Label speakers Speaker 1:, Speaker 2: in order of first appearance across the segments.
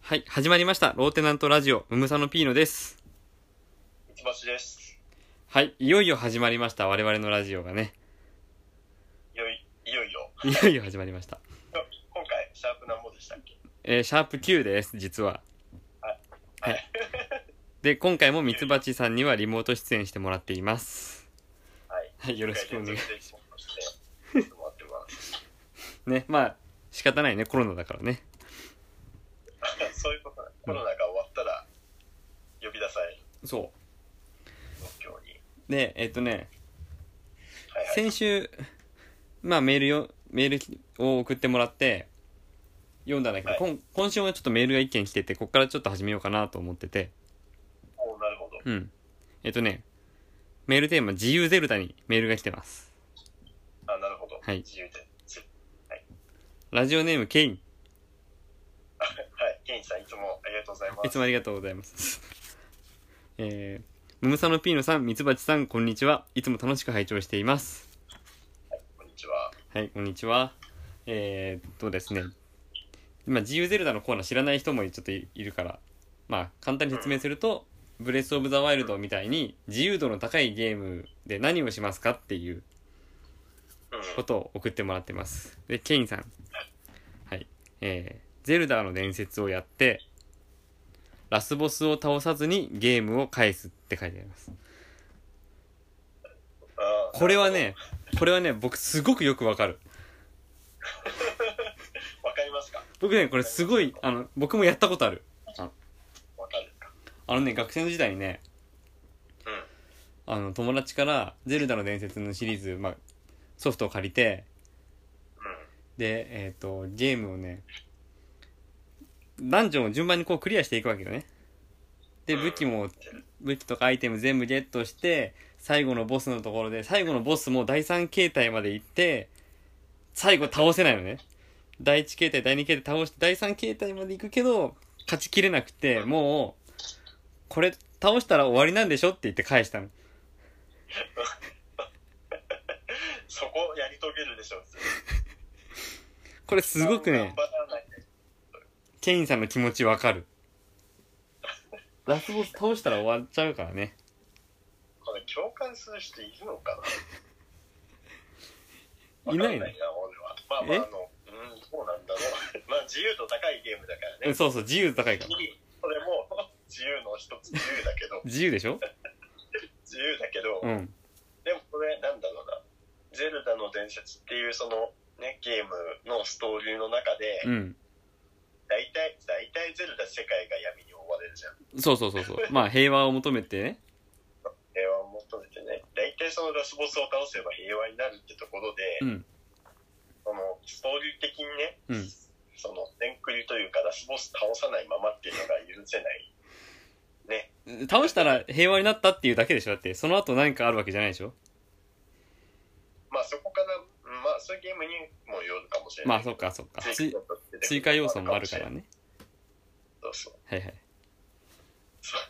Speaker 1: はい、始まりました。ローテナントラジオ、ムムサノピーノです。
Speaker 2: 一橋です。
Speaker 1: はい、いよいよ始まりました。我々のラジオが ね。
Speaker 2: いよいいよいよ。
Speaker 1: いよいよ始まりました。
Speaker 2: 今回、シャープ何本でしたっけ
Speaker 1: えー、シャープ Q です、実は。
Speaker 2: はい。
Speaker 1: はい。で、今回もミツバチさんにはリモート出演してもらっています。
Speaker 2: はい。
Speaker 1: はい、よろしくお願い
Speaker 2: 一回連続で一本としてちょっと待ってます。
Speaker 1: ね、まあ、仕方ないね、コロナだからね。
Speaker 2: そういうことなんだコロナが終わったら、呼び出される、
Speaker 1: そ
Speaker 2: 東京に。
Speaker 1: う。で、えっ、とね、
Speaker 2: はいはい。
Speaker 1: 先週、まあメールよ、メールを送ってもらって、読んだんだけど、
Speaker 2: はい
Speaker 1: こん今週もちょっとメールが一件来てて、こっからちょっと始めようかなと思ってて、
Speaker 2: おーなるほど。
Speaker 1: うん。えっとね、メールテーマ、自由ゼルダにメールが来てます。
Speaker 2: あ、なるほど。
Speaker 1: はい
Speaker 2: 自由で。つ
Speaker 1: ラジオネーム、ケイン。
Speaker 2: はい。ケインさん、いつもありがとうございま
Speaker 1: い
Speaker 2: す。
Speaker 1: つもありがとうございます。 えー、ムムサノピーノさん、ミツバチさん、こんにちは。いつも楽しく拝聴しています。
Speaker 2: こんにちは。
Speaker 1: はい、こんにちは。えー、っとですね、今、自由ゼルダのコーナー知らない人もちょっといいるから、まあ、簡単に説明すると、ブレス・オブ・ザ・ワイルドみたいに、自由度の高いゲームで何をしますかっていう
Speaker 2: うん。
Speaker 1: ことを送ってもらってます。で、ケインさん。はい。えー、ゼルダの伝説をやって、ラスボスを倒さずにゲームを返すって書いてあります。
Speaker 2: あー
Speaker 1: これは、ね、これはね、僕すごくよくわかる。
Speaker 2: わかりますか
Speaker 1: 僕ね、これすごい、あの、僕もやったことある。
Speaker 2: わかるか。
Speaker 1: あのね、学生の時代にね、
Speaker 2: うん。
Speaker 1: あの、友達から、ゼルダの伝説のシリーズ、まあ、ソフトを借りて、
Speaker 2: う
Speaker 1: で、えっ、と、ゲームをね、ダンジョンを順番にこうクリアしていくわけよね。で、
Speaker 2: うん
Speaker 1: 武器も、武器とかアイテム全部ゲットして、最後のボスのところで、最後のボスも第3形態まで行って、最後倒せないのね。第1形態、第2形態倒して、第3形態まで行くけど、勝ちきれなくて、もう、これ倒したら終わりなんでしょって言って返したの。
Speaker 2: ん。そこ、やり遂げるでしょう。
Speaker 1: これすごくね、
Speaker 2: 頑張らないで
Speaker 1: ケインさんの気持ちわかる。 ラスボス倒したら終わっちゃうからね。
Speaker 2: これ、共感する人いるのかない
Speaker 1: ない
Speaker 2: わかん
Speaker 1: の
Speaker 2: な俺は。まあまあ、あの、うん、そうなんだろう。 まあ、自由度高いゲームだから
Speaker 1: う
Speaker 2: ね。
Speaker 1: んそうそう、自由高いから。
Speaker 2: それも、 自由の一つ、自由だけど、
Speaker 1: 自由でしょ
Speaker 2: 自由だけど、
Speaker 1: うん。
Speaker 2: でもこれ、なんだろうな。ゼルダの伝説っていう、その、ね、ゲームのストーリーの中で、
Speaker 1: うん。
Speaker 2: 大体、大体ゼルダ世界が闇に覆われるじゃん。
Speaker 1: そうそうそうそう。まあ、平和を求めてね。
Speaker 2: 平和を求めてね。大体そのラスボスを倒せば平和になるってところで、
Speaker 1: うん。
Speaker 2: そのストーリー的にね、
Speaker 1: うん
Speaker 2: その面繰りというかラスボス倒さないままっていうのが許せない
Speaker 1: 倒したら平和になったっていうだけでしょだって、その後何かあるわけじゃないでしょ
Speaker 2: まあそこからうんまあそういうゲームにもよるかもしれ
Speaker 1: ま
Speaker 2: な
Speaker 1: あ、
Speaker 2: い
Speaker 1: そっかそっか。
Speaker 2: 追
Speaker 1: つ追加要素もあるからね。
Speaker 2: そうそう
Speaker 1: はいはい。
Speaker 2: そう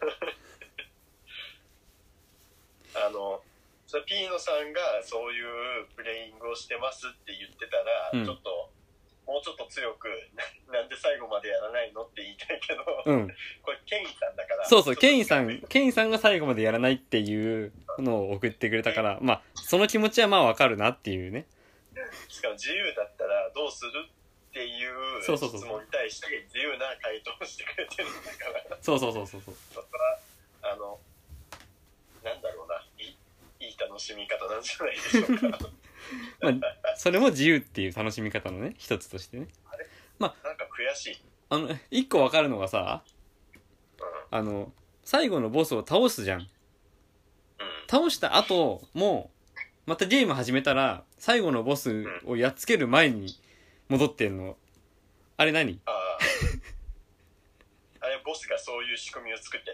Speaker 2: あのそれピーノさんがそういうプレイングをしてますって言ってたら、
Speaker 1: うん
Speaker 2: ちょっともうちょっと強く ななんで最後までやらないのって言いたいけど、
Speaker 1: うん。
Speaker 2: これケインさんだから
Speaker 1: そうそう、ケインさ
Speaker 2: ちょっ
Speaker 1: ん
Speaker 2: と、
Speaker 1: ケインさんが最後までやらないっていうのを送ってくれたから、まあ、その気持ちはまあわかるなっていうね。
Speaker 2: しかも自由だったらどうするっていう
Speaker 1: そう
Speaker 2: 質
Speaker 1: そうそう
Speaker 2: 問に対して自由な回答をしてくれてるん だから
Speaker 1: そうそうそうそうそう。
Speaker 2: そこはあのなんだろうないいい楽しみ方なんじゃないでしょう か
Speaker 1: まあ、それも自由っていう楽しみ方のね、一つとしてね。
Speaker 2: なんか悔しい、
Speaker 1: あの、一個わかるのがさ、
Speaker 2: う
Speaker 1: あの、最後のボスを倒すじゃん。
Speaker 2: んうん、
Speaker 1: 倒した後もまたゲーム始めたら最後のボスをやっつける前に戻ってんのあれ何
Speaker 2: ああ あれボスがそういう仕組みを作って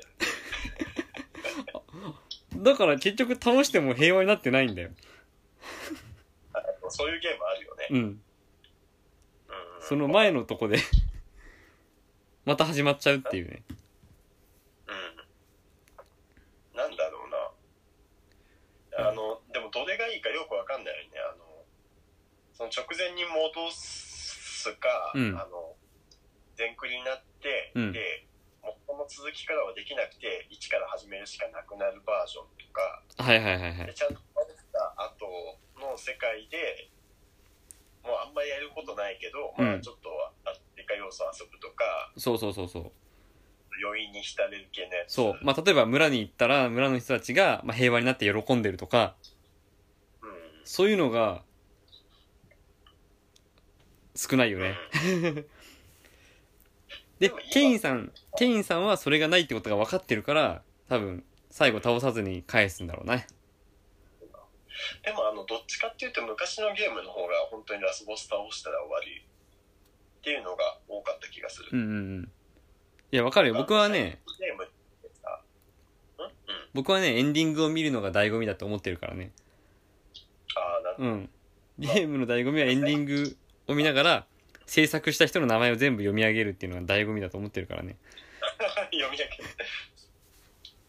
Speaker 2: る
Speaker 1: だから結局倒しても平和になってないんだよ
Speaker 2: あのそういうゲームあるよね、
Speaker 1: うん
Speaker 2: うんうん、
Speaker 1: その前のとこで また始まっちゃうっていうね
Speaker 2: うんなんだろうなあのでもどれがいいかよくわかんないよねあのその直前に戻すか、
Speaker 1: うん
Speaker 2: あの全クリになって、
Speaker 1: うん
Speaker 2: でもうこの続きからはできなくて1から始めるしかなくなるバージョンとか
Speaker 1: はいはいはいは
Speaker 2: で
Speaker 1: い。
Speaker 2: ちゃんと終わった後の世界でもうあんまりやることないけど、ま
Speaker 1: う
Speaker 2: あ、
Speaker 1: ん
Speaker 2: ちょっと追加要素遊ぶとか
Speaker 1: そうそうそうそう。
Speaker 2: 余韻に浸れる系のやつ
Speaker 1: そう。まあ、例えば村に行ったら、村の人たちが、まあ、平和になって喜んでるとか、
Speaker 2: うん
Speaker 1: そういうのが、少ないよね。で
Speaker 2: でも今、
Speaker 1: ケインさん、ケインさんはそれがないってことが分かってるから、多分、最後倒さずに返すんだろうね。
Speaker 2: でもあのどっちかっていうと昔のゲームの方が本当にラスボス倒したら終わりっていうのが多かった気がする、
Speaker 1: うんうんうん。いや、分かるよ。僕はね、
Speaker 2: ゲームってさんうん
Speaker 1: 僕はね、エンディングを見るのが醍醐味だと思ってるからね。
Speaker 2: ああなるほど
Speaker 1: うん。ゲームの醍醐味はエンディングを見ながら、制作した人の名前を全部読み上げるっていうのが醍醐味だと思ってるからね。
Speaker 2: 読み上げて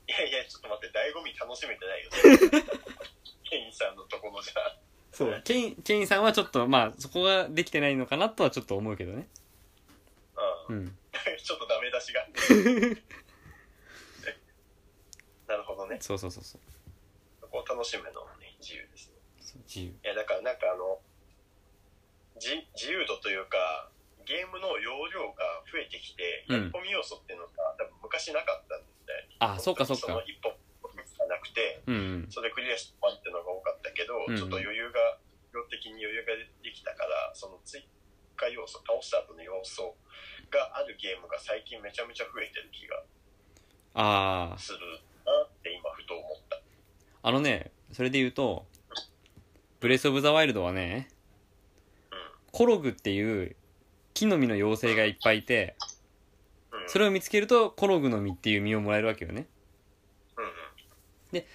Speaker 2: いやいやちょっと待って醍醐味楽しめてないよ ケインさんのとこのじゃあ
Speaker 1: そう。ケイン、ケインさんはちょっと、まあ、そこができてないのかなとはちょっと思うけどね。
Speaker 2: う、
Speaker 1: うんん。
Speaker 2: ちょっとダメ出 しがなるほどね
Speaker 1: そうそうそうそう。
Speaker 2: そこを楽しむのはね自由ですね
Speaker 1: そう自由。
Speaker 2: いやだからなんかあのじ自由度というかゲームの容量が増えてきて
Speaker 1: う
Speaker 2: や
Speaker 1: ん
Speaker 2: り込み要素っていうのが多分昔なかったんで、
Speaker 1: あ、そうかそう
Speaker 2: の
Speaker 1: か。
Speaker 2: 一本がなくて
Speaker 1: うんうん。
Speaker 2: それクリアしたっていうのが多かったけど、
Speaker 1: うんうん
Speaker 2: ちょっと余裕が量的に余裕ができたからその追加要素倒した後の要素があるゲームが最近めちゃめちゃ増えてる気が
Speaker 1: ああ、
Speaker 2: するなって今ふと思った
Speaker 1: あのね、それで言うと、ブレスオブザワイルドはね、コログっていう木の実の妖精がいっぱいいて、
Speaker 2: うん、うん、
Speaker 1: それを見つけるとコログの実っていう実をもらえるわけよね。
Speaker 2: うんうん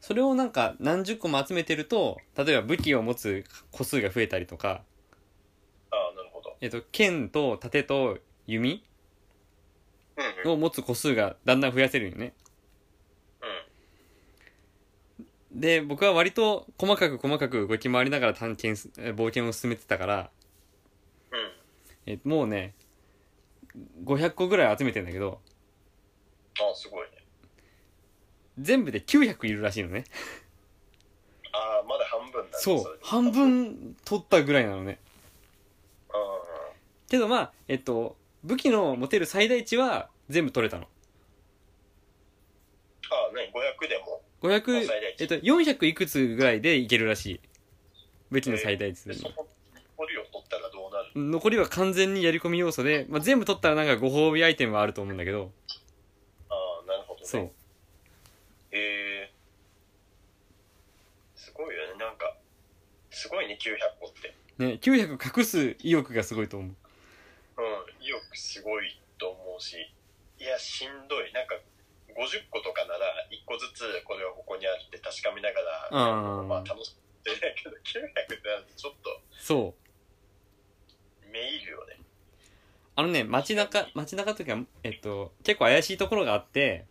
Speaker 1: それをなんか何十個も集めてると、例えば武器を持つ個数が増えたりとか、
Speaker 2: ああなるほど
Speaker 1: えっと、剣と盾と弓
Speaker 2: うんうんうん
Speaker 1: を持つ個数がだんだん増やせるよね。で、僕は割と細かく細かく動き回りながら探検す、えー冒険を進めてたから、
Speaker 2: うん
Speaker 1: えーもうね500個ぐらい集めてんだけど
Speaker 2: ああすごいね
Speaker 1: 全部で900いるらしいのね
Speaker 2: ああまだ半分だね
Speaker 1: そう
Speaker 2: れ
Speaker 1: 半分取ったぐらいなのね
Speaker 2: ああ
Speaker 1: けどまあえっと武器の持てる最大値は全部取れたの
Speaker 2: ああ何500でも
Speaker 1: 500
Speaker 2: 最大値
Speaker 1: えっと400いくつぐらいでいけるらしい武器の最大値
Speaker 2: で
Speaker 1: で
Speaker 2: そ
Speaker 1: も
Speaker 2: の残りを取ったらどうなる
Speaker 1: 残りは完全にやり込み要素で、まあ、全部取ったらなんかご褒美アイテムはあると思うんだけど
Speaker 2: ああなるほどね
Speaker 1: そう
Speaker 2: ええすごいよねなんかすごいね900個って
Speaker 1: ね900隠す意欲がすごいと思う
Speaker 2: うん意欲すごいと思うしいやしんどいなんか50個とかなら1個ずつこれはここにあるって確かめながら
Speaker 1: あ
Speaker 2: まあ
Speaker 1: あ
Speaker 2: 楽しんでないけど900ってなるとちょっと
Speaker 1: そう
Speaker 2: めいるよね
Speaker 1: あのね、街中、街中というか、えっと、結構怪しいところがあって、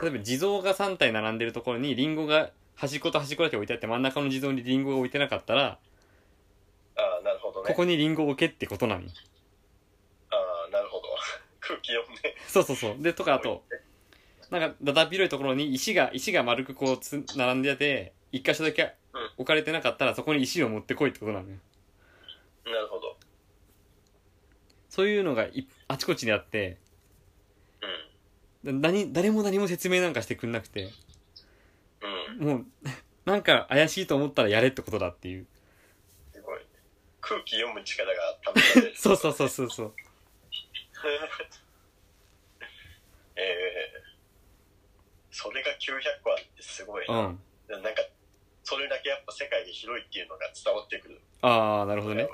Speaker 1: 例えば地蔵が3体並んでるところにリンゴが端っこと端っこだけ置いてあって真ん中の地蔵にリンゴが置いてなかったら、
Speaker 2: ああなるほどね
Speaker 1: ここにリンゴを置けってことなの。
Speaker 2: ああなるほど 空気読んで
Speaker 1: そうそうそう。で、とかあと、なんかだだっ広いところに石が、石が丸くこうつ、並んでて、一箇所だけ置かれてなかったらそこに石を持ってこいってことなのよ。
Speaker 2: なるほど
Speaker 1: そういうのがいあちこちにあって、
Speaker 2: う
Speaker 1: だ何、誰も何も説明なんかしてくんなくて、
Speaker 2: んうん
Speaker 1: もう、なんか怪しいと思ったらやれってことだっていう。
Speaker 2: すごい空気読む力が試され る
Speaker 1: そうそうそうそうそう。
Speaker 2: ええそれが900個あるってすごいうな、
Speaker 1: ん。
Speaker 2: なんかそれだけやっぱ世界で広いっていうのが伝わってくる
Speaker 1: ああ、なるほどね。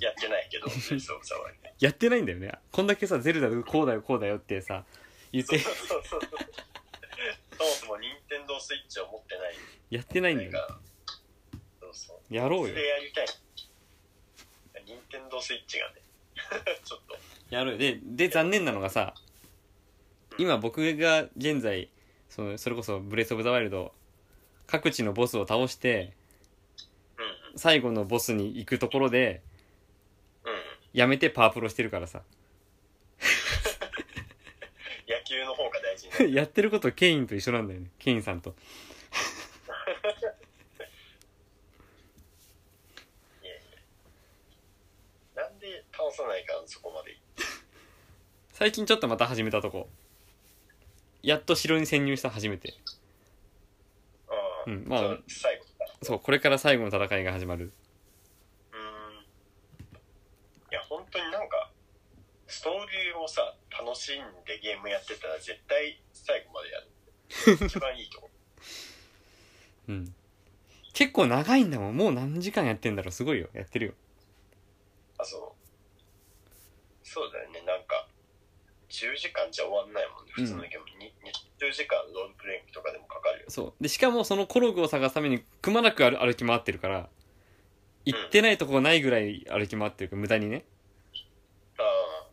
Speaker 2: やってな いけどそうそうそう
Speaker 1: やってないんだよね。こんだけさ、ゼルダこうだよ、こうだよってさ、言っ
Speaker 2: そう
Speaker 1: て、
Speaker 2: そうそうそもそも任天堂スイッチを持ってない
Speaker 1: やってないんだ
Speaker 2: な
Speaker 1: よ。
Speaker 2: んかそうそう
Speaker 1: やろう
Speaker 2: そ
Speaker 1: よ
Speaker 2: れ。やりたい任天堂スイッチがね ちょっと
Speaker 1: やろうよ。で、で、残念なのがさ、今僕が現在、その、それこそ、ブレスオブザワイルド、各地のボスを倒して、
Speaker 2: うん
Speaker 1: 最後のボスに行くところで、
Speaker 2: うんうん
Speaker 1: やめてパワープロしてるからさ。
Speaker 2: 球の方が大事になる
Speaker 1: やってることケインと一緒なんだよねケインさんと
Speaker 2: なんで倒さないかそこまで
Speaker 1: 最近ちょっとまた始めたとこやっと城に潜入した初めて
Speaker 2: あ
Speaker 1: う
Speaker 2: あ、
Speaker 1: んまあ
Speaker 2: じゃ最後か
Speaker 1: そうこれから最後の戦いが始まる
Speaker 2: うーんいや本当になんかストーリーをさ楽しんでゲームやってたら絶対最後までやる一番いいとこ
Speaker 1: うん結構長いんだもんもう何時間やってんだろうすごいよやってるよ
Speaker 2: あそうそうだよねなんか10時間じゃ終わんないもんね普通のゲーム、にに10時間ロールプレイングとかでもかかるよ
Speaker 1: そうでしかもそのコログを探すためにくまなく歩歩き回ってるから行ってないとこがないぐらい歩き回ってるから無駄にね
Speaker 2: ああ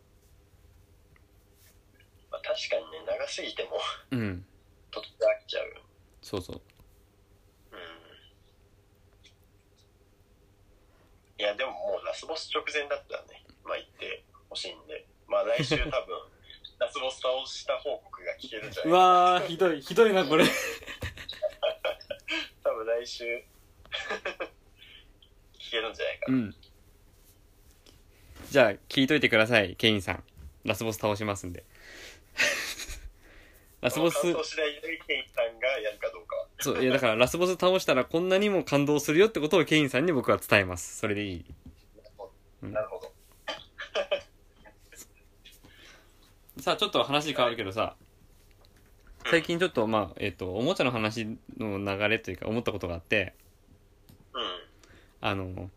Speaker 2: まあ確かにね長すぎても
Speaker 1: うん
Speaker 2: とって飽きちゃうよ
Speaker 1: そうそう
Speaker 2: うんいやでももうラスボス直前だったらねまあ行ってほしいんでまあ 来週多分ラスボス倒した報告が聞けるんじゃ
Speaker 1: う
Speaker 2: ない
Speaker 1: わーひどいひどいなこれ
Speaker 2: 多分来週 聞けるんじゃないかな
Speaker 1: うんじゃあ聞いといてくださいケインさんラスボス倒しますんで ラスボス
Speaker 2: 感想次第でケイさんがやるかどうかは
Speaker 1: そういやだからラスボス倒したらこんなにも感動するよってことをケインさんに僕は伝えますそれでいいうん
Speaker 2: なるほど
Speaker 1: さあちょっと話変わるけどさ最近ちょっとまあえっ、とおもちゃの話の流れというか思ったことがあって
Speaker 2: うん
Speaker 1: あの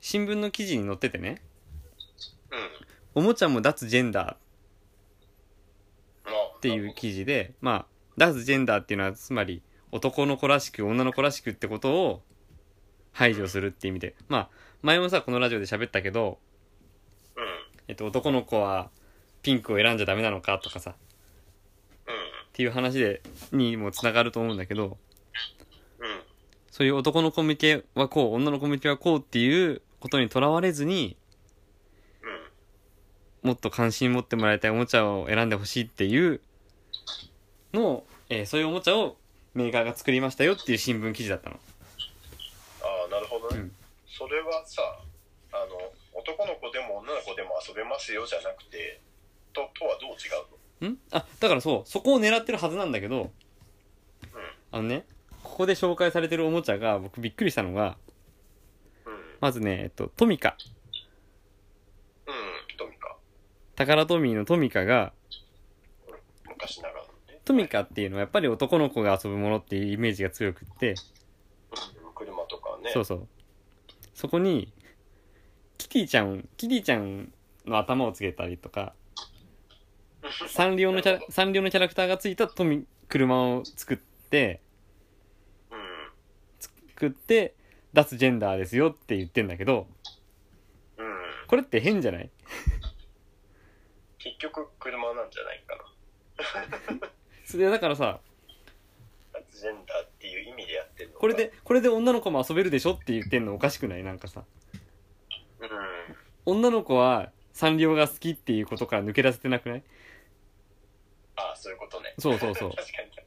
Speaker 1: 新聞の記事に載っててね
Speaker 2: う
Speaker 1: お
Speaker 2: ん
Speaker 1: もちゃも脱ジェンダー
Speaker 2: まあ
Speaker 1: っていう記事で、まあ、ダスジェンダーっていうのは、つまり、男の子らしく、女の子らしくってことを排除するって意味で。まあ、前もさ、このラジオで喋ったけど、
Speaker 2: うん
Speaker 1: えっと、男の子はピンクを選んじゃダメなのかとかさ、っていう話で、にもつながると思うんだけど、
Speaker 2: うんうん
Speaker 1: そういう男の子向けはこう、女の子向けはこうっていうことにとらわれずに、
Speaker 2: うん
Speaker 1: もっと関心持ってもらいたいおもちゃを選んでほしいっていうのを、えーそういうおもちゃをメーカーが作りましたよっていう新聞記事だったの。
Speaker 2: ああなるほどね、
Speaker 1: うん
Speaker 2: それはさあの男の子でも女の子でも遊べますよじゃなくてととはどう違うの
Speaker 1: んあだからそうそこを狙ってるはずなんだけどあのねここで紹介されてるおもちゃが僕びっくりしたのが
Speaker 2: うんうん
Speaker 1: まずね、えっと、トミカ
Speaker 2: うんトミカ
Speaker 1: タカラトミーのトミカが
Speaker 2: 昔ながらのね
Speaker 1: トミカっていうのはやっぱり男の子が遊ぶものっていうイメージが強くって
Speaker 2: うん車とかね
Speaker 1: そうそうそこにキティちゃんキティちゃんの頭をつけたりとかサンリオのキャラサンリオのキャラクターがついたトミ車を作って
Speaker 2: うん
Speaker 1: 作って脱ジェンダーですよって言ってんだけど
Speaker 2: うん
Speaker 1: これって変じゃない
Speaker 2: 結局車なんじゃないかな
Speaker 1: それだからさ
Speaker 2: ダジェンダーっていう意味でやってるのか
Speaker 1: これでこれで女の子も遊べるでしょって言ってんのおかしくないなんかさ
Speaker 2: うん
Speaker 1: 女の子はサンリオが好きっていうことから抜け出せてなくない
Speaker 2: ああそういうことね
Speaker 1: そうそうそう
Speaker 2: 確かになんか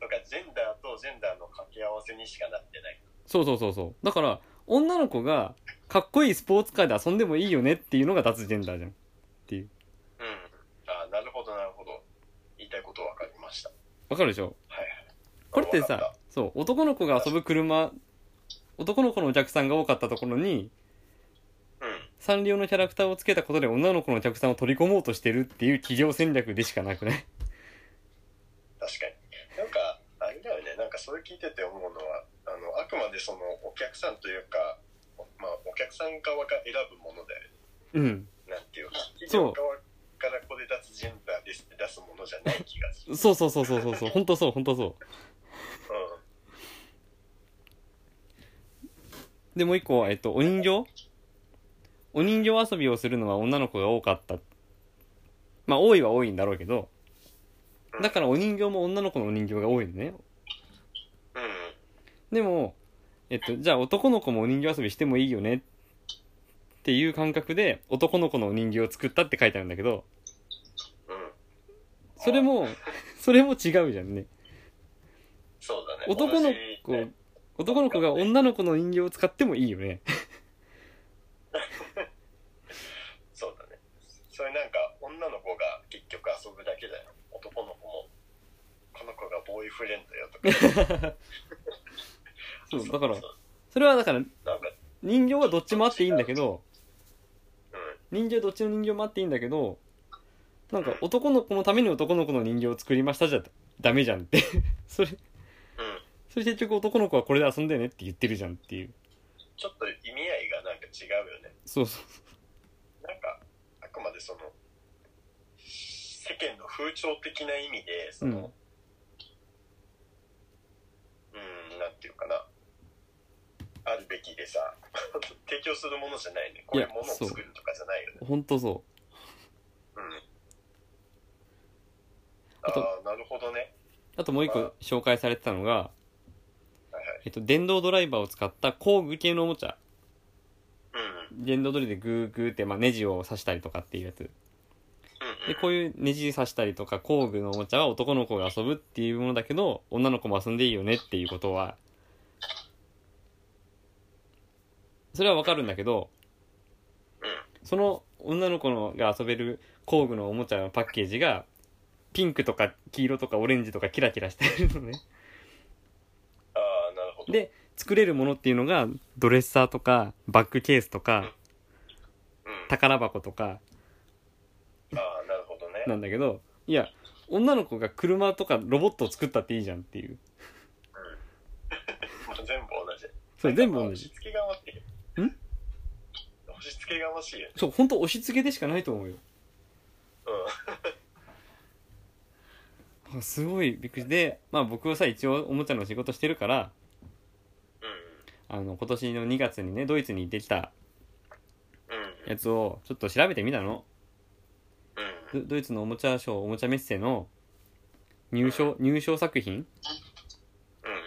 Speaker 2: なんかジェンダーとジェンダーの掛け合わせにしかなってない
Speaker 1: そうそうそうそうだから女の子がかっこいいスポーツカーで遊んでもいいよねっていうのが脱ジェンダーじゃんっていう
Speaker 2: うんああなるほどなるほど言いたいこと分かりました
Speaker 1: わかるでしょ
Speaker 2: はいはい
Speaker 1: これって
Speaker 2: わか
Speaker 1: さそう男の子が遊ぶ車男の子のお客さんが多かったところに
Speaker 2: ったうん
Speaker 1: サンリオのキャラクターをつけたことで女の子のお客さんを取り込もうとしてるっていう企業戦略でしかなくない
Speaker 2: 確かになんかあれだよねなんかそれ聞いてて思うのはあのあくまでそのお客さんというかおまあお客さん側が選ぶものだよね
Speaker 1: うん
Speaker 2: なんていうか企
Speaker 1: そう
Speaker 2: 業側からこれ脱ジェンダーですって出すものじゃない気が する
Speaker 1: そうそうそうそうそうそう本当そう本当そう
Speaker 2: うん
Speaker 1: でもう一個は、えっと、お人形お人形遊びをするのは女の子が多かったまあ多いは多いんだろうけど
Speaker 2: うん
Speaker 1: だからお人形も女の子のお人形が多いのね
Speaker 2: うん
Speaker 1: でも、えっと、じゃあ男の子もお人形遊びしてもいいよねっていう感覚で男の子のお人形を作ったって書いてあるんだけど
Speaker 2: うん
Speaker 1: それも、それも違うじゃんね。
Speaker 2: そうだね
Speaker 1: 男の
Speaker 2: 同じ
Speaker 1: 子
Speaker 2: ね、
Speaker 1: 男の子が女の子の人形を使ってもいいよね。
Speaker 2: そうだねそれなんか女の子が結局遊ぶだけだよ男の子もこの子がボーイフレンドよとか
Speaker 1: そう、だから
Speaker 2: そう、
Speaker 1: それはだから、
Speaker 2: なんか
Speaker 1: 人形はどっちもあっていいんだけど、
Speaker 2: うん
Speaker 1: 人形どっちの人形もあっていいんだけど、なんか男の子のために男の子の人形を作りましたじゃダメじゃんって。 それ、
Speaker 2: うん
Speaker 1: それ結局男の子はこれで遊んだよねって言ってるじゃんっていう。
Speaker 2: ちょっと意味合いがなんか違うよね
Speaker 1: そうそう。
Speaker 2: なんかあくまでその世間の風潮的な意味でそのうん、なんていうかなあるべきでさ 提供するものじゃないねこういうものを作るとかじゃないよね
Speaker 1: ほんとそ
Speaker 2: うん
Speaker 1: あと
Speaker 2: ああなるほどね
Speaker 1: う。あともう一個紹介されてたのが、
Speaker 2: はいはい
Speaker 1: えっと、電動ドライバーを使った工具系のおもちゃ。
Speaker 2: うんうん
Speaker 1: 電動ドリルでグーグーって、まあ、ネジを刺したりとかっていうやつ。
Speaker 2: うんう
Speaker 1: で、
Speaker 2: ん
Speaker 1: こういうネジ刺したりとか工具のおもちゃは男の子が遊ぶっていうものだけど、女の子も遊んでいいよねっていうことは、それはわかるんだけど、その女の子のが遊べる工具のおもちゃのパッケージが、ピンクとか黄色とかオレンジとかキラキラしてるのね。
Speaker 2: ああなるほど
Speaker 1: で、作れるものっていうのが、ドレッサーとか、バッグケースとか、
Speaker 2: うん
Speaker 1: 宝箱とか、
Speaker 2: ああなるほどね
Speaker 1: なんだけどいや女の子が車とかロボットを作ったっていいじゃんっていう
Speaker 2: まあ全部同じ
Speaker 1: それ全部
Speaker 2: なんか
Speaker 1: 同
Speaker 2: 押
Speaker 1: じ
Speaker 2: し付けがましいよ
Speaker 1: ん
Speaker 2: 押し付けがましいよね
Speaker 1: そう本当押し付けでしかないと思うよ
Speaker 2: う
Speaker 1: あすごいびっくりでまあ僕はさ一応おもちゃの仕事してるから
Speaker 2: ん
Speaker 1: あの今年の2月にねドイツに行ってきた
Speaker 2: うん
Speaker 1: やつをちょっと調べてみたの
Speaker 2: うんうん
Speaker 1: ドドイツのおもちゃ賞おもちゃメッセの入賞入賞作品、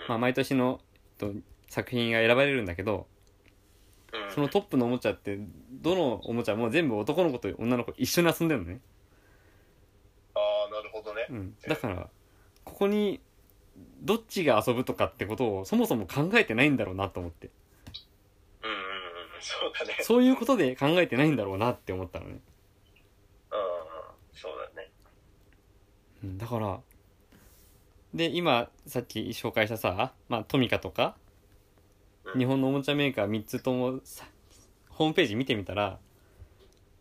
Speaker 1: まあ、毎年の、えっと、作品が選ばれるんだけど
Speaker 2: うん
Speaker 1: そのトップのおもちゃってどのおもちゃも全部男の子と女の子一緒に遊んでるのね
Speaker 2: ああなるほどね
Speaker 1: うん、だからここにどっちが遊ぶとかってことをそもそも考えてないんだろうなと思って
Speaker 2: うんうんうんうんそうだね
Speaker 1: そういうことで考えてないんだろうなって思ったのね、
Speaker 2: うんうんそうだね
Speaker 1: うん、だからで今さっき紹介したさ、まあ、トミカとか
Speaker 2: うん
Speaker 1: 日本のおもちゃメーカー3つともさホームページ見てみたら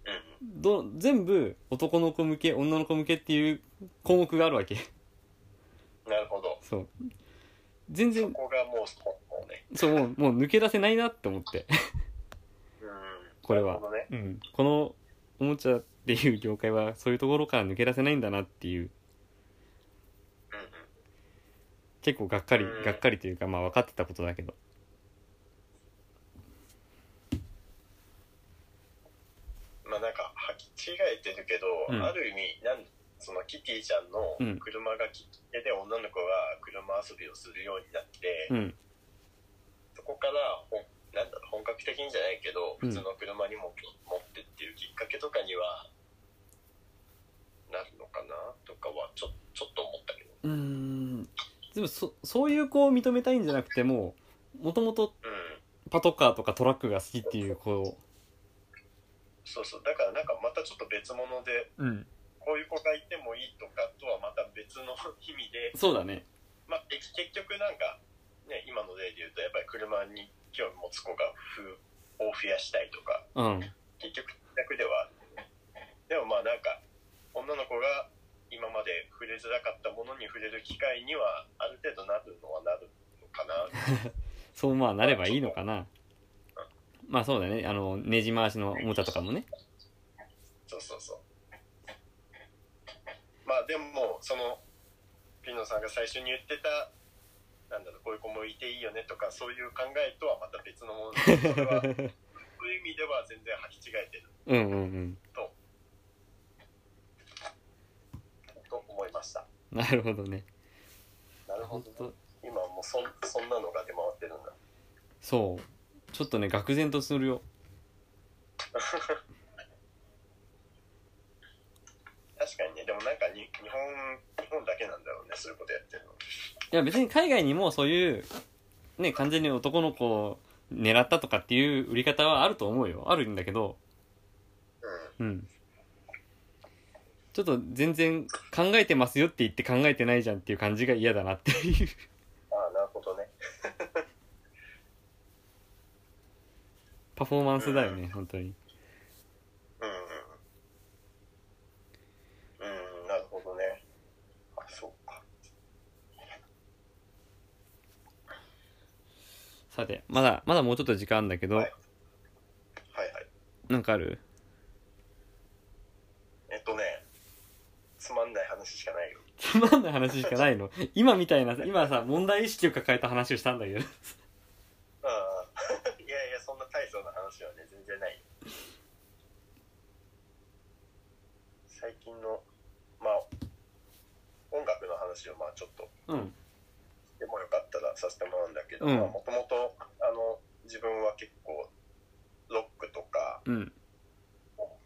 Speaker 2: うんうん
Speaker 1: ど全部男の子向け女の子向けっていう項目があるわけ
Speaker 2: なるほど。
Speaker 1: そう全
Speaker 2: そ
Speaker 1: 然
Speaker 2: こがもう、そうね。
Speaker 1: そうもうもう抜け出せないなって思って
Speaker 2: うん。
Speaker 1: これは
Speaker 2: なるほどね。
Speaker 1: うん、このおもちゃっていう業界はそういうところから抜け出せないんだなっていう
Speaker 2: うんうん。
Speaker 1: 結構がっかり
Speaker 2: うん
Speaker 1: がっかりというかまあ分かってたことだけど
Speaker 2: まあなんか、履き違えてるけど、
Speaker 1: うん
Speaker 2: ある意味、なんそのキティちゃんの
Speaker 1: うん
Speaker 2: 車がきっかけで女の子が車遊びをするようになって、
Speaker 1: うん
Speaker 2: そこからほん、なんだろう、本格的にじゃないけど、
Speaker 1: うん
Speaker 2: 普通の車にも持ってっていうきっかけとかには、なるのかなとかは、ちょ、ちょっと思ったけど。
Speaker 1: うんでもそそういう子を認めたいんじゃなくてももともと
Speaker 2: うん。
Speaker 1: パトカーとかトラックが好きっていう子を、
Speaker 2: そうそう。だからなんか、またちょっと別物で、
Speaker 1: うん、
Speaker 2: こういう子がいてもいいとかとはまた別の意味で、
Speaker 1: そうだね
Speaker 2: まあ、結結局なんか、ね、今の例で言うとやっぱり車に興味持つ子がふを増やしたいとか
Speaker 1: うん
Speaker 2: 結局逆ではあるでもまあなんか女の子が今まで触れづらかったものに触れる機会にはある程度なるのはなるのかな
Speaker 1: そうまあなればいいのかなまあそうだねあのネジ回しのおもちゃとかもね
Speaker 2: そうそうそうまあでもそのピノさんが最初に言ってたなんだろうこういう子もいていいよねとかそういう考えとはまた別のものでそれはそういう意味では全然履き違えてる
Speaker 1: うんうんうん
Speaker 2: と思いました
Speaker 1: なるほどね
Speaker 2: なるほ
Speaker 1: 本
Speaker 2: ど
Speaker 1: 当
Speaker 2: 今はもうそんそんなのが出回ってるんだ
Speaker 1: そうちょっとね愕然とするよ
Speaker 2: 確かにねでもなんかに日本けなんだろうねそういうことやってるの
Speaker 1: いや別に海外にもそういう、ね、完全に男の子を狙ったとかっていう売り方はあると思うよ。あるんだけど、
Speaker 2: うん
Speaker 1: うん。ちょっと全然考えてますよって言って考えてないじゃんっていう感じが嫌だなっていう。
Speaker 2: ああなるほどね
Speaker 1: パフォーマンスだよね、本当に。
Speaker 2: うんうんうんうんなるほどねあそうか
Speaker 1: さて、まだ、まだもうちょっと時間あるんだけど、
Speaker 2: はいはいはい
Speaker 1: なんかある
Speaker 2: えっとねつまんない話しかないよ
Speaker 1: つまんない話しかないの今みたいなさ、今さ、問題意識を抱えた話をしたんだけど。
Speaker 2: ああ いやいやそんな大層な話はね全然ないよ最近のまあ音楽の話をまあちょっと
Speaker 1: うん。
Speaker 2: でもよかったらさせてもらうんだけど
Speaker 1: うん
Speaker 2: もともと自分は結構ロックとか
Speaker 1: うん。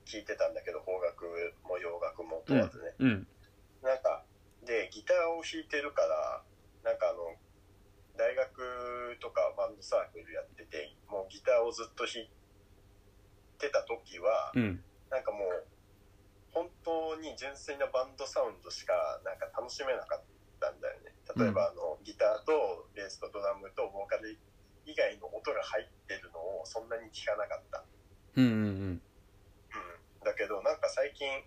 Speaker 2: 聞いてたんだけど邦楽も洋楽も問わずね、
Speaker 1: うん。
Speaker 2: なんかでギターを弾いてるからなんかあの大学とかバンドサークルやっててもうギターをずっと弾いてた時は
Speaker 1: うん。
Speaker 2: なんかもう本当に純粋なバンドサウンドしかなんか楽しめなかったんだよね例えばあの、ギターとベースとドラムとボーカル以外の音が入ってるのをそんなに聞かなかった、
Speaker 1: うんうん
Speaker 2: うん、だけどなんか最近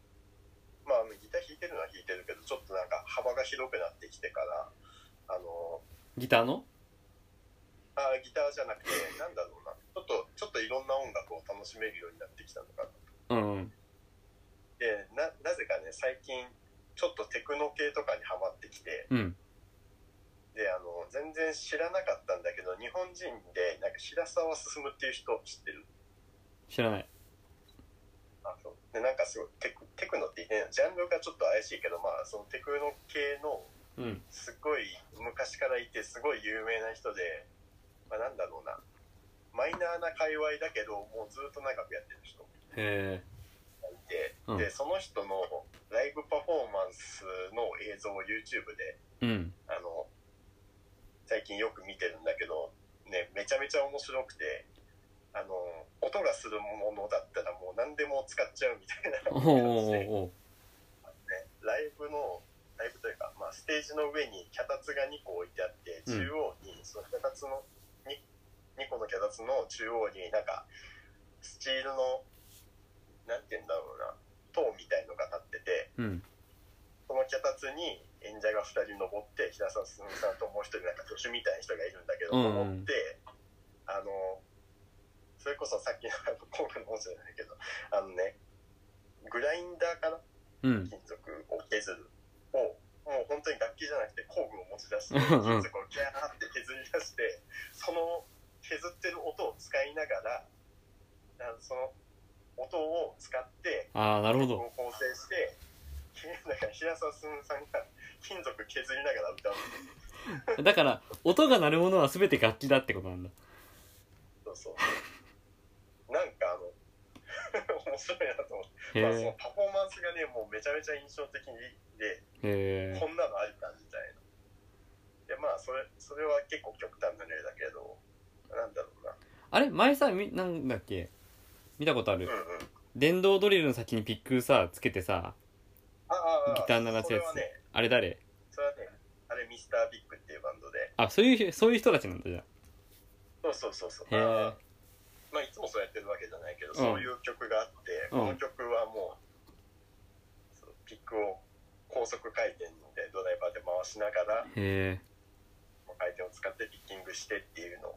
Speaker 2: まああのギター弾いてるのは弾いてるけどちょっとなんか幅が広くなってきてからあの
Speaker 1: ギターの
Speaker 2: あギターじゃなくてなんだろうなちょっとちょっといろんな音楽を楽しめるようになってきたのかな
Speaker 1: うんうん。
Speaker 2: でななぜかね最近ちょっとテクノ系とかにハマってきて
Speaker 1: うん。
Speaker 2: であの全然知らなかったんだけど日本人でなんか白沢進むっていう人知ってる
Speaker 1: 知らない。
Speaker 2: あそうでなんかすごいテクテクノって言ってねジャンルがちょっと怪しいけどまあそのテクノ系の
Speaker 1: うん。
Speaker 2: すごい昔からいてすごい有名な人で、まあ、なんだろうなマイナーな界隈だけどもうずっと長くやってる人
Speaker 1: へえ。
Speaker 2: がいて、
Speaker 1: うん
Speaker 2: でその人のライブパフォーマンスの映像を YouTube
Speaker 1: う
Speaker 2: で
Speaker 1: ん。
Speaker 2: あの最近よく見てるんだけど、ね、めちゃめちゃ面白くてあの音がするものだったらもう何でも使っちゃうみたいな
Speaker 1: お
Speaker 2: 感
Speaker 1: うお
Speaker 2: じ
Speaker 1: う
Speaker 2: で、ね、
Speaker 1: おう
Speaker 2: ライブのライブというか、まあ、ステージの上に脚立が2個置いてあって
Speaker 1: うん
Speaker 2: 中央にその脚立の 2, 2個の脚立の中央になんかスチールのなんて言うんだろうな塔みたいのが立ってて。
Speaker 1: うん。
Speaker 2: その脚立に演者が2人登って平沢進さんともう一人なんか助手みたいな人がいるんだけど、
Speaker 1: うん
Speaker 2: 登ってあのそれこそさっきのあの工具の方じゃないけどあのねグラインダーかな
Speaker 1: うん。
Speaker 2: 金属を削るをもう本当に楽器じゃなくて工具を持ち出して
Speaker 1: うんうん
Speaker 2: 金属をギャーって削り出してその削ってる音を使いながらあのその音を使って
Speaker 1: ああ、なるほど。
Speaker 2: を構成して、なんか平沢進さんが金属削りながら歌う
Speaker 1: だから、音が鳴るものは全て楽器だってことなんだ。
Speaker 2: そうそう。なんかあの、 面白いなと思って、
Speaker 1: へ
Speaker 2: まあ、その
Speaker 1: え。
Speaker 2: パフォーマンスがね、もうめちゃめちゃ印象的で、
Speaker 1: へ
Speaker 2: こんなのありかみたいな。で、まあ、それ、それは結構極端な例だけど、なんだろうな。
Speaker 1: ーあれ前さ、み、なんだっけ見たことあ
Speaker 2: う
Speaker 1: る
Speaker 2: んうん。
Speaker 1: 電動ドリルの先にピックさ、つけてさ、
Speaker 2: ああ、
Speaker 1: ギター鳴らすやつ
Speaker 2: それはね、
Speaker 1: あれ誰
Speaker 2: それはね、あれ、ミスタービッグっていうバンドで、
Speaker 1: あ、そういう、そういう人たちなんだじゃ
Speaker 2: そうそうそうそう。
Speaker 1: へえ
Speaker 2: あーまあ、いつもそうやってるわけじゃないけど、
Speaker 1: ん
Speaker 2: そういう曲があって、
Speaker 1: うん
Speaker 2: この曲はもうそうピックを高速回転でドライバーで回しながら
Speaker 1: あ。へえ。
Speaker 2: 回転を使ってピッキングしてっていうの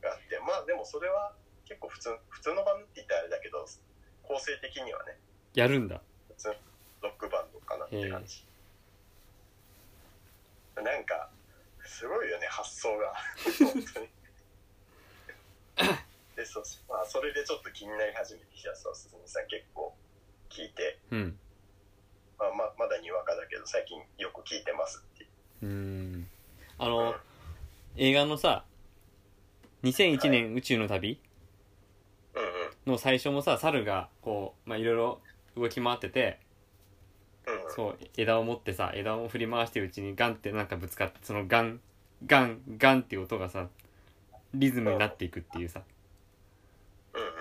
Speaker 2: があってまあでもそれは結構普通普通のバンドって言ったらあれだけど構成的にはね
Speaker 1: やるんだ。
Speaker 2: 普通のロックバンドかなって感じ、なんかすごいよね発想が本当にでそ,、まあ、それでちょっと気になり始めて平沢進さん結構聞いて、
Speaker 1: うん。
Speaker 2: まあ、ままだにわかだけど最近よく聞いてますってい
Speaker 1: う
Speaker 2: う
Speaker 1: ーん。あの、映画のさ、2001年宇宙の旅、
Speaker 2: うんうん
Speaker 1: の最初もさ猿がこうまあいろいろ動き回ってて
Speaker 2: うん
Speaker 1: そう枝を持ってさ枝を振り回してるうちにガンってなんかぶつかってそのガンガンガンっていう音がさリズムになっていくっていうさ
Speaker 2: うんうん
Speaker 1: あ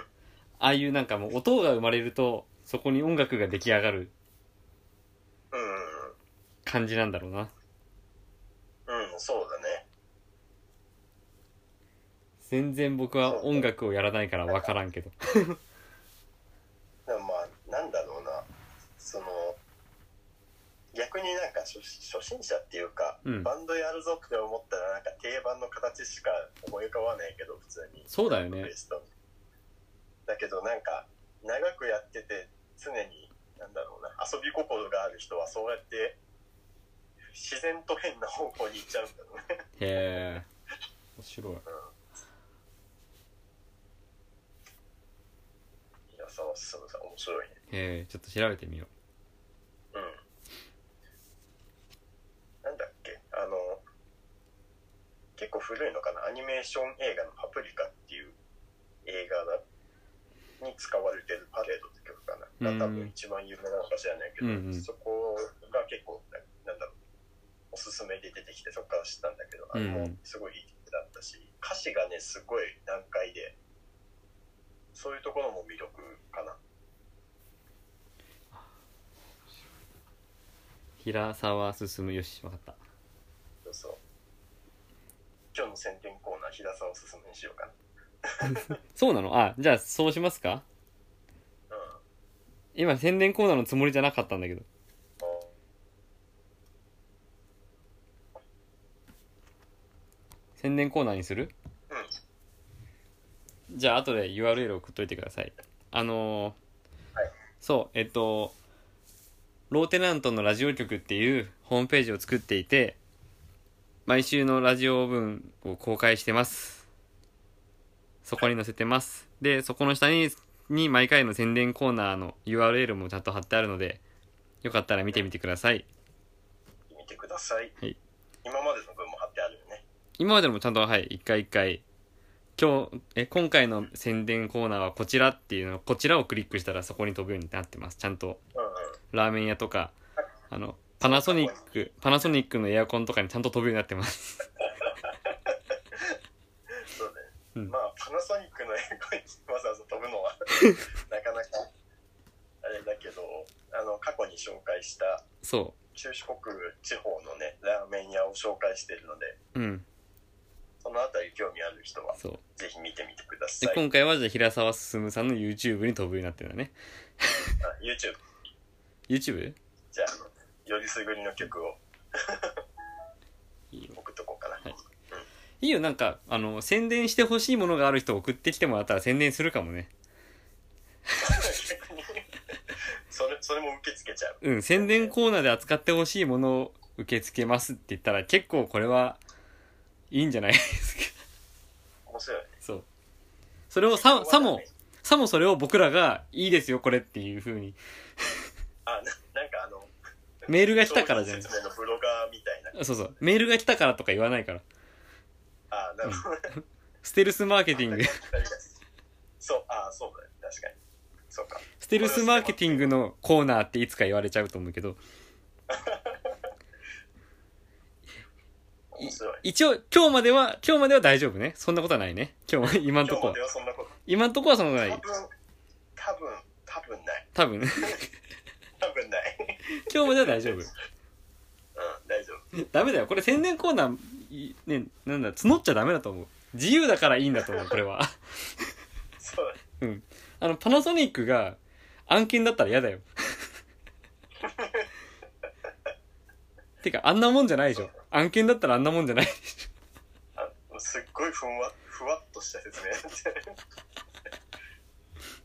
Speaker 1: あいうなんかもう音が生まれるとそこに音楽が出来上がる
Speaker 2: う
Speaker 1: 感じなんだろうなん
Speaker 2: うんうんそうだね
Speaker 1: 全然僕は音楽をやらないから分からんけど
Speaker 2: でもまあなんだろうなその逆になんか初初心者っていうか、
Speaker 1: うん
Speaker 2: バンドやるぞって思ったらなんか定番の形しか思い浮かばないけど普通に
Speaker 1: そうだよね
Speaker 2: ベストだけどなんか長くやってて常になんだろうな遊び心がある人はそうやって自然と変な方向に行っちゃうんだろうね
Speaker 1: へえ面白い
Speaker 2: いやそうそうそう面白いね
Speaker 1: へえちょっと調べてみよう
Speaker 2: うんなんだっけあの結構古いのかなアニメーション映画の「パプリカ」っていう映画だに使われてるパレードって曲かな
Speaker 1: うん
Speaker 2: が多分一番有名なのか知らないけど、
Speaker 1: うんうん
Speaker 2: そこが結構ななんだろうおすすめで出てきてそこから知ったんだけどあれ
Speaker 1: うんう
Speaker 2: も
Speaker 1: ん
Speaker 2: すごいいい曲だったし歌詞がねすごい難解でそういうところも魅力かな
Speaker 1: 平沢進むよし分かった
Speaker 2: そうそう今日の宣伝コーナー、日田さんおすすめにしようか
Speaker 1: そうなのあじゃあそうしますか
Speaker 2: な。うん。
Speaker 1: 今宣伝コーナーのつもりじゃなかったんだけど宣伝コーナーにする
Speaker 2: う
Speaker 1: じゃあ後で URL 送っといてくださいあのー
Speaker 2: はい
Speaker 1: そうえっとローテナントのラジオ局っていうホームページを作っていて毎週のラジオ分を公開してますそこに載せてますでそこの下にに毎回の宣伝コーナーの URL もちゃんと貼ってあるのでよかったら見てみてください
Speaker 2: ん。見てください。
Speaker 1: はい
Speaker 2: 今までの分も貼ってあるよね。
Speaker 1: 今までもちゃんとはい一回一回今日え今回の宣伝コーナーはこちらっていうのこちらをクリックしたらそこに飛ぶようになってますちゃんと
Speaker 2: うんうん。
Speaker 1: ラーメン屋とかあのパナソニックパナソニックのエアコンとかにちゃんと飛ぶようになってます
Speaker 2: そうだね。
Speaker 1: うん
Speaker 2: まあ、パナソニックのエアコンにわざわざ飛ぶ のは、なかなか、あれだけど、あの、過去に紹介した、
Speaker 1: そ
Speaker 2: 中四国地方のね、ラーメン屋を紹介してるので、
Speaker 1: ううん
Speaker 2: そのあたり興味ある人は、
Speaker 1: そう
Speaker 2: ぜひ見てみてくださ
Speaker 1: で
Speaker 2: い。
Speaker 1: 今回はじゃあ平沢進さんの YouTube に飛ぶようになってるんだね
Speaker 2: あ YouTube、
Speaker 1: YouTube?
Speaker 2: じゃああの、よりすぐりの曲を
Speaker 1: いいよ
Speaker 2: 送っとこうかな。
Speaker 1: いいいよなんかあの宣伝してほしいものがある人送ってきてもらったら宣伝するかもね
Speaker 2: 逆にそれそれも受け付けちゃう
Speaker 1: うん、宣伝コーナーで扱ってほしいものを受け付けますって言ったら結構これはいいんじゃない ですか。
Speaker 2: 面白いね
Speaker 1: そう。それをさ、さも
Speaker 2: ね、
Speaker 1: さもそれを僕らがいいですよこれっていう風に
Speaker 2: あななんかあの
Speaker 1: メールが来たからじゃない
Speaker 2: 商品説明のブロガーみたいな
Speaker 1: そうそう。メールが来たからとか言わないから。
Speaker 2: あなるほどね
Speaker 1: ステルスマーケティング。
Speaker 2: そうあそうだね確かにそうか
Speaker 1: ステルスマーケティングのコーナーっていつか言われちゃうと思うけど。
Speaker 2: 面白い
Speaker 1: 一応、今日までは、今日までは大丈夫ね。そんなことはないね。今日は、今ん
Speaker 2: 今
Speaker 1: と
Speaker 2: 日
Speaker 1: こ
Speaker 2: ま
Speaker 1: は
Speaker 2: で。はそんなこと
Speaker 1: 今んとこはそんなこと
Speaker 2: 多
Speaker 1: ない。
Speaker 2: 分多分多分ない
Speaker 1: 多分。
Speaker 2: 多分ない
Speaker 1: 今日までは大丈夫。
Speaker 2: うん大丈夫
Speaker 1: ダメだよ。これ宣伝コーナー、いね、なんだ、募っちゃダメだと思う。自由だからいいんだと思う、これは。
Speaker 2: そうだね
Speaker 1: うん。あの、パナソニックが案件だったら嫌だよ。 てか、あんなもんじゃないでしょ。案件だったらあんなもんじゃないで し
Speaker 2: あすっごいふんわふわっとした説明になってる
Speaker 1: ょ。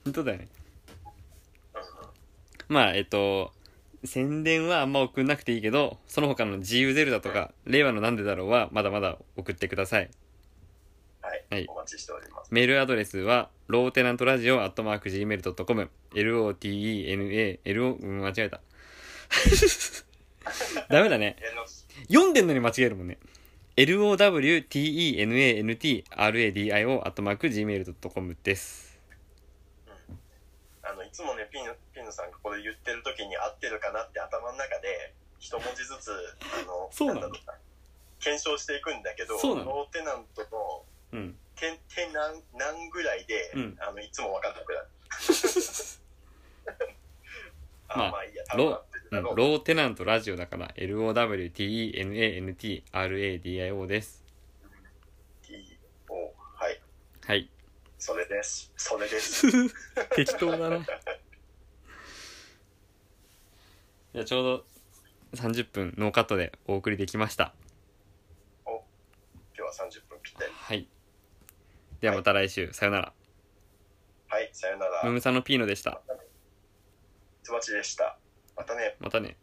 Speaker 1: 本当だよね。
Speaker 2: うん
Speaker 1: まあ、えっと、宣伝はあんま送んなくていいけど、その他の自由ゼルダとか、令和のなんでだろうは、まだまだ送ってください。
Speaker 2: はい、
Speaker 1: はい
Speaker 2: お待ちしております
Speaker 1: メールアドレスは、ローテナントラジオアットマーク Gmail.com、LOTENA、L を、うん、間違えた。 ダメだね。
Speaker 2: えの
Speaker 1: 読んでんのに間違えるもんね。LOWTENANTRADIO アットマーク Gmail.com です。
Speaker 2: あの一つもねピノピノさんがこれ言ってる時に合ってるかなって頭の中で一文字ずつあの
Speaker 1: そうなの
Speaker 2: んだろうな検証していくんだけど
Speaker 1: そうなの
Speaker 2: ノーテナントの
Speaker 1: うん。
Speaker 2: 点点何何ぐらいで、
Speaker 1: うん
Speaker 2: あのいつも分かんなくな るあ、
Speaker 1: まあ
Speaker 2: まあ、いいや多分合
Speaker 1: ロ
Speaker 2: ってる
Speaker 1: う
Speaker 2: だ
Speaker 1: ん、ロ
Speaker 2: ろう、
Speaker 1: ーテナントラジオだから、LOWTENANTRADIO です。
Speaker 2: いいおはい
Speaker 1: はい。
Speaker 2: それですそれです
Speaker 1: 適当だな。いや、ちょうど30分ノーカットでお送りできました。
Speaker 2: お今日は30分ぴったり
Speaker 1: はい。ではまた来週、さよなら。
Speaker 2: はいさよなら
Speaker 1: ムムさんのピーノでした。
Speaker 2: つばちでしたまたね
Speaker 1: またね。